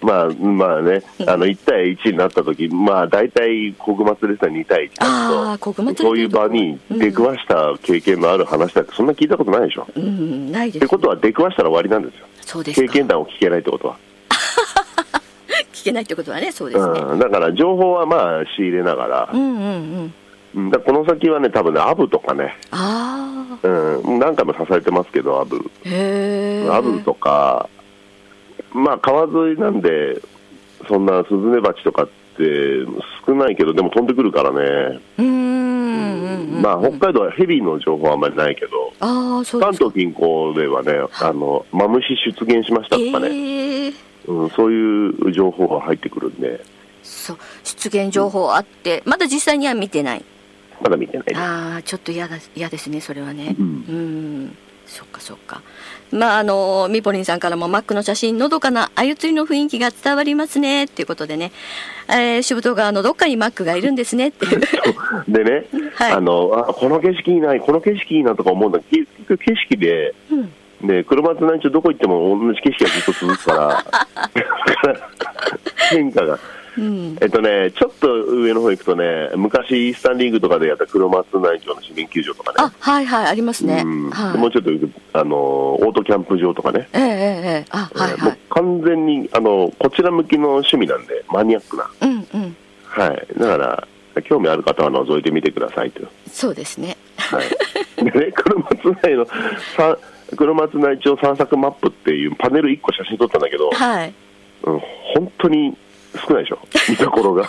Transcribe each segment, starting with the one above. まあまあね、あの1対1になった時まあ大体、国松ですね、2対1あだあと、ここまでそういう場に出くわした経験のある話だって、そんな聞いたことないでしょ。うんないでってすことは、出くわしたら終わりなんですよ、そうです経か験談を聞けないってことは。聞けないってことはねそうですね、うん、だから情報はまあ仕入れながらう、ん、うんうんうん、だからこの先はね、多分ね、アブとかね、ああうん、何回も支えてますけど、アブ、へえアブとか、まあ川沿いなんで、そんなスズメバチとかって少ないけど、でも飛んでくるからね、うんうんうんうんまあ北海道はヘビの情報はあんまりないけど、ああそう関ですか東近郊ではね、あのマムシ出現しましたとかね、ええうん、そういう情報が入ってくるんで、そう出現情報あって、まだ実際には見てないまだ見てないです。ああちょっと嫌だ嫌ですねそれはねううんんそっかそっかまああのみぽりんさんからもマックの写真のどかなあゆ釣りの雰囲気が伝わりますねっていうことでね、えー、渋戸川のどっかにマックがいるんですね っていうでね、はいあのあこの景色いいな、この景色いいなとか思うんだけど、結局景色で、うんね、車津内町どこ行っても同じ景色がずっと続くから、 だから変化が。うんえっとね、ちょっと上の方行くとね、昔、イースタンリーグとかでやった黒松内町の市民球場とかあはいはいありますね、ね、うんはいもうちょっと行くあのオートキャンプ場とかね、ええええええあはいえーもはうい完全にあのこちら向きの趣味なんで、マニアックな、うんうんはい、だから、興味ある方は覗いてみてくださいという。そうですねはい、でね、 黒松内のさ黒松内町散策マップっていうパネル1個写真撮ったんだけど、はいうん、本当に少ないでしょ、見どころが。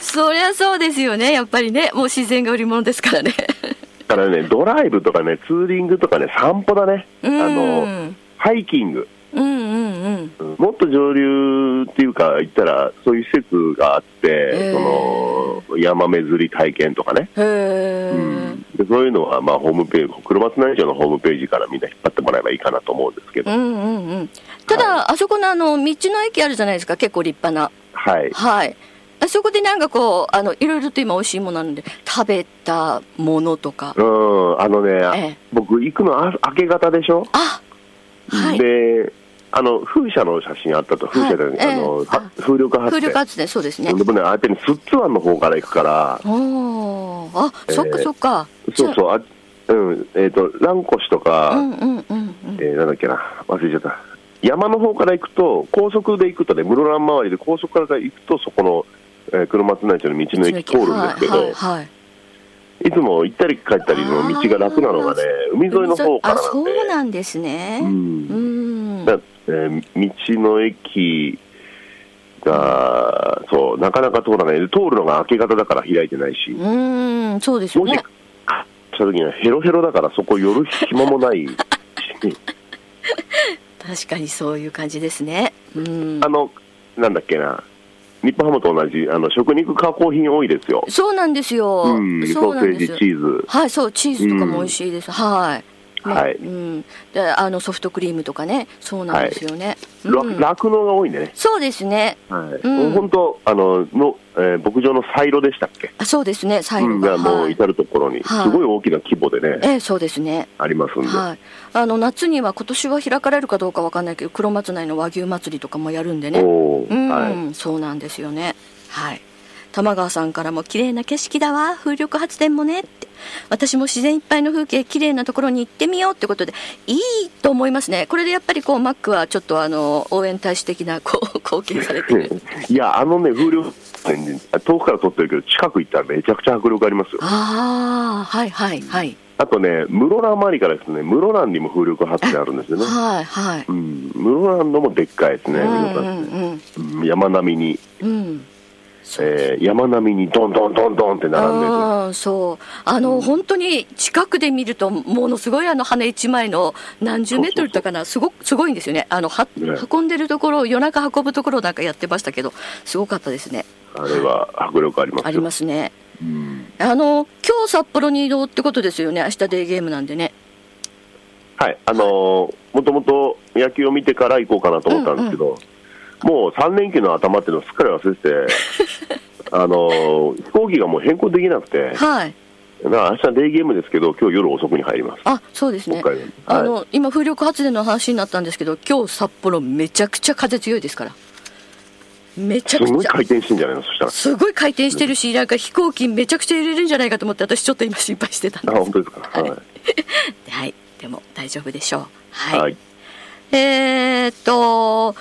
そりゃそうですよねやっぱりねもう自然が売り物ですからねだからね、ドライブとかね、ツーリングとかね、散歩だね、あうんのハイキング、うんうんうんうんもっと上流っていうか、行ったら、そういう施設があって、へーそのヤマメ釣り体験とかね。へえ、うんでそういうのは、まあ、ホームページ、黒松内町のホームページからみんな引っ張ってもらえばいいかなと思うんですけど、うんうんうん、ただ、あそこのあの道の駅あるじゃないですか結構立派なはい、はいあそこでなんかこうあのいろいろと今美味しいものあるんで食べたものとかうん、あのね、ええ僕、行くのあ明け方でしょ、あはいで、あの風車の写真あったと、風車で、はいあのええは風力発風電。力発電、そうですね。でもね、ああやってね、スッツ湾の方から行くから、おーあ、そっかえーそっか。そうじゃそう、あうん、えっ、と、蘭越とか、あうんうんうんうん。えーなんだっけな、忘れちゃった。山の方から行くと、高速で行くとね、室蘭周りで高速から行くと、そこの、えー、黒松内町の道の駅通るんですけど、はいはいいはい。つも行ったり帰ったりの道が楽なのがね、海沿いの方からあ、なんそうで、なんですね。うんうん。だえー道の駅が、そう、なかなか通らない。で通るのが明け方だから開いてないし、うん、そうですよもし、ねか。した時にはヘロヘロだから、そこ寄る暇もな いし。確かにそういう感じですね。うんあ。の、なんだっけな、日本ハムと同じ、あの食肉加工品多いですよ。そうなんですよ。うん、そソうなんーセでーすジ、チーズ。はい、そう、チーズとかも美味しいです。はい。ねはいうん。で、あのソフトクリームとかね、そうなんですよね。らうん酪農が多いんでね。そうですね。はい。うん本当あのの、えー牧場のサイロでしたっけ？あ、そうですね。最う後ん、がもはうい至る所に、はいすごい大きな規模でね、ええ、そうですね。ありますんで。はい、あの夏には今年は開かれるかどうかわかんないけど黒松内の和牛祭りとかもやるんでねおーうん、はそうなんですよねはい玉川さんからも綺麗な景色だわ風力発電もねって私も自然いっぱいの風景綺麗なところに行ってみようってことでいいと思いますねこれでやっぱりこうマックはちょっとあの応援大使的なこう 貢献されて るい。いやあのね風力遠くから撮ってるけど近く行ったらめちゃくちゃ迫力ありますよ。ああはいはいはいあとね室蘭周りからですね室蘭にも風力発電あるんですよね。はいはいうん、室蘭のもでっかいですね。うん皆うさんんうんうん山並みに、うんそうですねえー山並みにどんどんどんどんって並んでる。あーそうあの、本当に近くで見るとものすごいあの羽一枚の何十メートルとかなすごすごいんですよねあのはね運んでるところ夜中運ぶところなんかやってましたけどすごかったですねあれは迫力ありますよ。ありますねうんあの今日札幌に移動ってことですよね明日デーゲームなんでねはい、あのーもともと野球を見てから行こうかなと思ったんですけど、もう3連休の頭っていうのをすっかり忘れ てて、あのー飛行機がもう変更できなくて、はいだから明日デイゲームですけど、今日夜遅くに入ります。あそうですね北海道あの今風力発電の話になったんですけど今日札幌めちゃくちゃ風強いですからめちゃすくちゃごい回転してんじゃないのそしたら。すごい回転してるし、なんか飛行機めちゃくちゃ揺れるんじゃないかと思って、私ちょっと今心配してたんあ、で本当ですか。はい。す。はい、でも大丈夫でしょう。はい。はい。えーっと、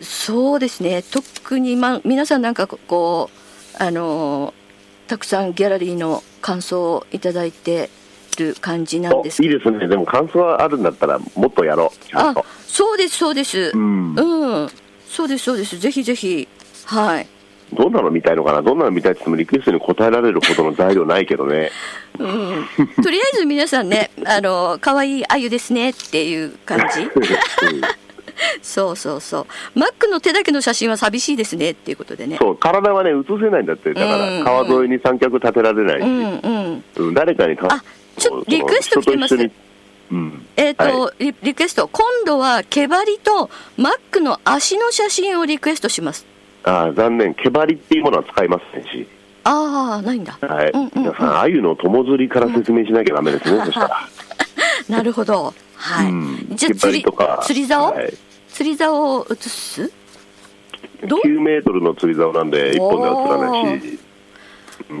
そうですね。特にま皆さんなんかこうあのーたくさんギャラリーの感想をいただいてる感じなんおですいいけど。ですね。でも感想はあるんだったら、もっとやろう。ちゃんあと。、そうですそうです。うんうん、そうですそうです。ぜひぜひ、はい。どんなの見たいのかな、どんなの見たいって言っても、リクエストに答えられるほどの材料ないけどね、とりあえず皆さんね、あの可愛い鮎ですねっていう感じ。そうそうそう。マックの手だけの写真は寂しいですねっていうことでね。 そう、体はね、映せないんだって、だかうんら、川沿いに三脚立てられないうし、んうん。うん誰かにかあちょリクエスト来てます人と一緒にうん、えっ、と、はリリクエスト。今度は毛針とマックの足の写真をリクエストします。あー残念、毛針っていうものは使いませんし、ああ、ないんだ。はいうんうん皆さん、あゆの友釣りから説明しなきゃだめ ですね、そしたら、なるほど。はい。うんじゃあ釣毛針りとか、釣り竿、はい釣り竿を写す？どう？ 9メートルの釣り竿なんで、1本では釣らないし。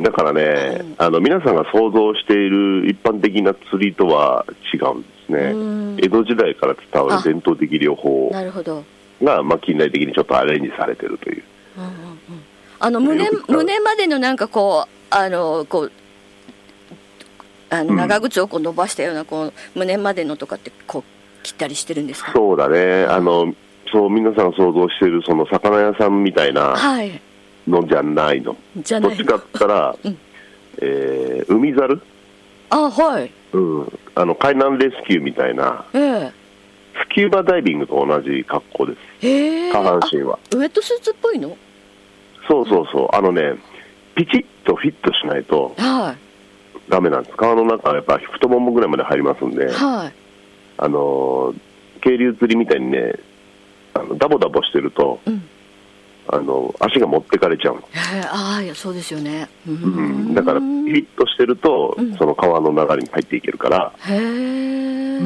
だからね、あの皆さんが想像している一般的な釣りとは違うんですね、うん江戸時代から伝わる伝統的漁法なるほど。が、まあ、近代的にちょっとアレンジされてるという、あの胸よく使う胸までのなんかこうあのこうあのうん長靴をこう伸ばしたようなこう胸までのとかってこう切ったりしてるんですか。そうだね、あのそう皆さんが想像しているその魚屋さんみたいなはい。のじゃないの、じゃどなっいちかって言ったら、うんえー海猿、あはい。うん、あの海難レスキューみたいな、ええスキューバダイビングと同じ格好です。へえ。下半あ身は。ウエットスーツっぽいの？そうそうそう、あのね、ピチッとフィットしないとはダメなんです。川の中はやっぱ太ももぐらいまで入りますんでい、はい。あのー渓流釣りみたいにね、あのダボダボしてると、うん。あの足が持ってかれちゃうの。へえああいやそうですよね。ううん、だから、ピへリッとしてると、その川の流れに入っていけるから、え。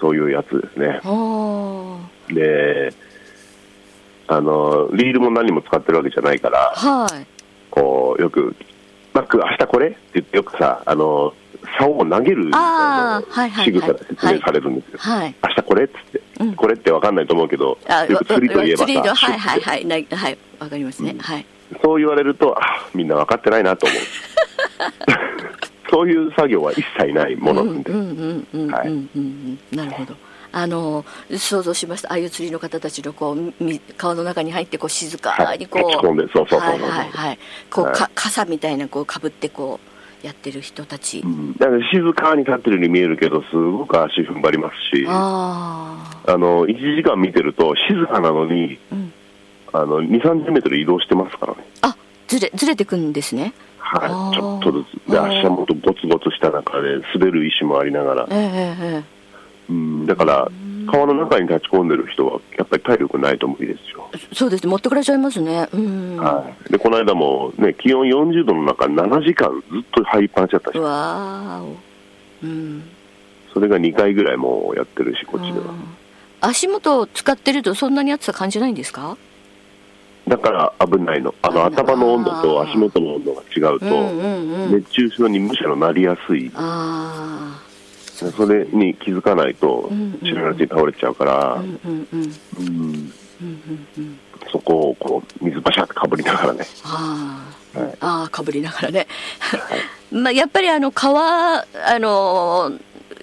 そういうやつですね。ああ。で、あの、リールも何も使ってるわけじゃないから、はい。こう、よく、マック、明日これって言って、よくさ、あの、竿を投げる、あーのはいはいはい仕草で説明されるんですよ。はい明日これっつって、これって分かんないと思うけど、あ、よく釣りといえば釣りのさ、はいはいはい、なはい、わかりますね。はい。そう言われると、あみんな分かってないなと思う。そういう作業は一切ないものなんで、うんうんうんうんはいうんうん、なるほど。あの想像しましたああいう釣りの方たちのこうみ川の中に入ってこう静かにこう、はい突っ込んでそうそうそうそうはいはいはいこう、はいか傘みたいなこうかぶってこうやってる人たち、うんだから静かに立ってるように見えるけど、すごく足踏ん張りますし、ああの1時間見てると、静かなのに、んあの2、30メートル移動してますからね、ああずれずれてくんですねあーはい、ちょっとずつ、であー足元ゴツゴツした中で、滑る石もありながら、ええええうん、だから、川の中に立ち込んでる人は、やっぱり体力ないと無理ですよ。ええそうですね持ってくれちゃいますねうん、はい、でこの間も、ね、気温40度の中、7時間ずっと入りっぱなしだったしう、わーおうんそれが2回ぐらいもうやってるし、こっちでは。足元を使ってるとそんなに暑さ感じないんですかだから危ないの、あのあー頭の温度と足元の温度が違うと、うんうんうん熱中症にむしろなりやすい、あそれに気づかないとんうん、知らないうちに倒れちゃうから、あうんうんうんうんそこをこう水バシャってかぶりながらね、ああ、ああかぶりながらね まあやっぱりあの川あの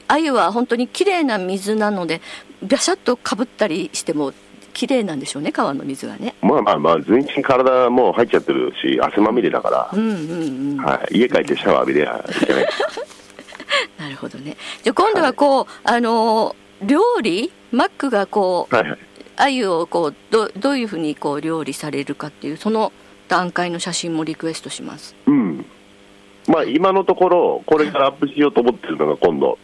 鮎は本当に綺麗な水なのでビャシャッとかぶったりしても綺麗なんでしょうね川の水はねまあまあまあ、全身体もう入っちゃってるし、汗まみれだから、うんうんうんはい、家帰ってシャワー浴びりゃい けない。なるほどねじゃあ今度はこう、あの料理マックがこうはいはい鮎をこうどどういうふうにこう料理されるかっていうその段階の写真もリクエストしますうんまあ、今のところ、これからアップしようと思ってるのが今度、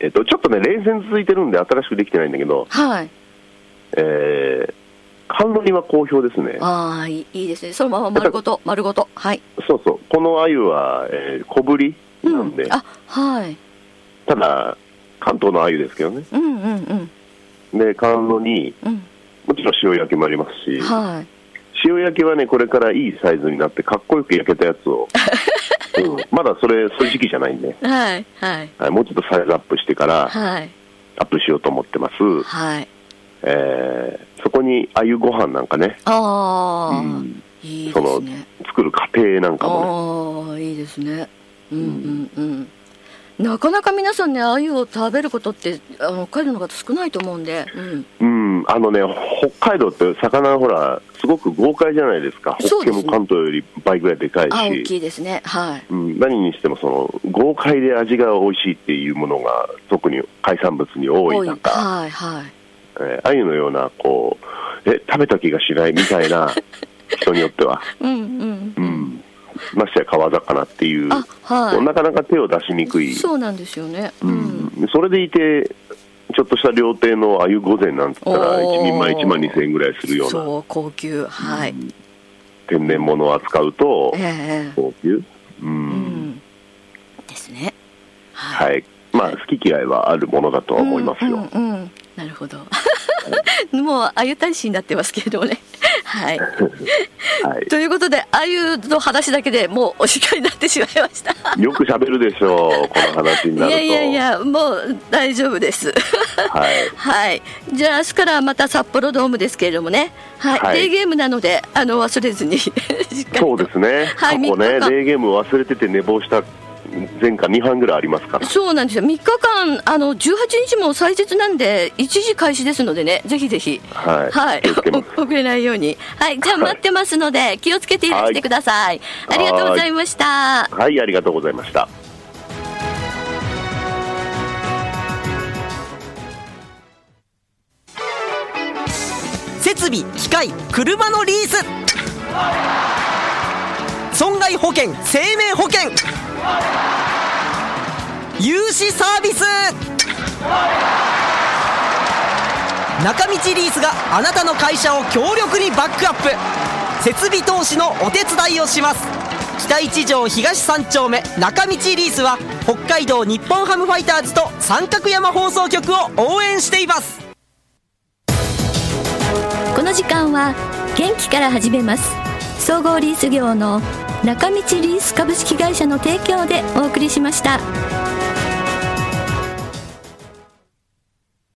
えっと、ちょっとね、冷戦続いてるんで、新しくできてないんだけど、はいえー、甘露煮は好評ですね、ああいいいいですねそのまま丸ごと丸ごとはい、そうそう、この鮎は、えー小ぶりうなんんで、、あはいただ、関東の鮎ですけどね、うんうんうんで甘露煮、うんもちろん塩焼きもありますし、はい塩焼きはね、これからいいサイズになって、かっこよく焼けたや つを、うん、まだそれ、そういう時期じゃないんで、はいはいはい、もうちょっとサイズアップしてから、はいアップしようと思ってます。はいえーそこにあゆご飯なんかね、ああ、うんいいそですのね作る過程なんかもね、ああいいですねうんうんうんなかなか皆さんね鮎を食べることってあの北海道の方少ないと思うんで、うん、うん、あのね、北海道って魚、ほら、すごく豪快じゃないですか、ホそッうでケすねも関東より倍ぐらいでかいあ大し、きいですねはいうん、何にしてもその豪快で味が美味しいっていうものが、特に海産物に多い中、はいはいえーあゆのような、こう、え、食べた気がしないみたいな 人によっては、うんうんうん、ましてや川魚っていう、あはいこうなかなか手を出しにくい。そうなんですよねう、うんんそれでいて、ちょっとした料亭のあゆ御膳なんつったら、おー1人前1万2000円ぐらいするようなそう高級はい、天然物を扱うとえ、え高級、ううんんですねはい、はいまあ、好き嫌いはあるものだとは思いますよ。うんうんうんなるほど もうあゆ大使になってますけれどもねはいはいということであゆの話だけでもうお時間になってしまいましたよく喋るでしょう、この話にいなると。やいやいやもう大丈夫ですはいはい、じゃあ明日からまた札幌ドームですけれどもね、はいはいデーゲームなのであの忘れず にしっかりとそうですね、 はい過去三ね、日間デーゲーム忘れてて寝坊した前科2班ぐらいありますから、そうなんですよ3日間あの18日も祭日なんで1時開始ですのでねぜひぜひはい気をつけますお遅れないようにはいじゃあ待ってますので、気をつけていらしてください、はいありがとうございましたはい、ありがとうございました。設備機械車のリース損害保険生命保険融資サービス中道リースがあなたの会社を強力にバックアップ設備投資のお手伝いをします北一条東三丁目中道リースは北海道日本ハムファイターズと三角山放送局を応援していますの時間は元気から始めます総合リース業の中道リース株式会社の提供でお送りしました。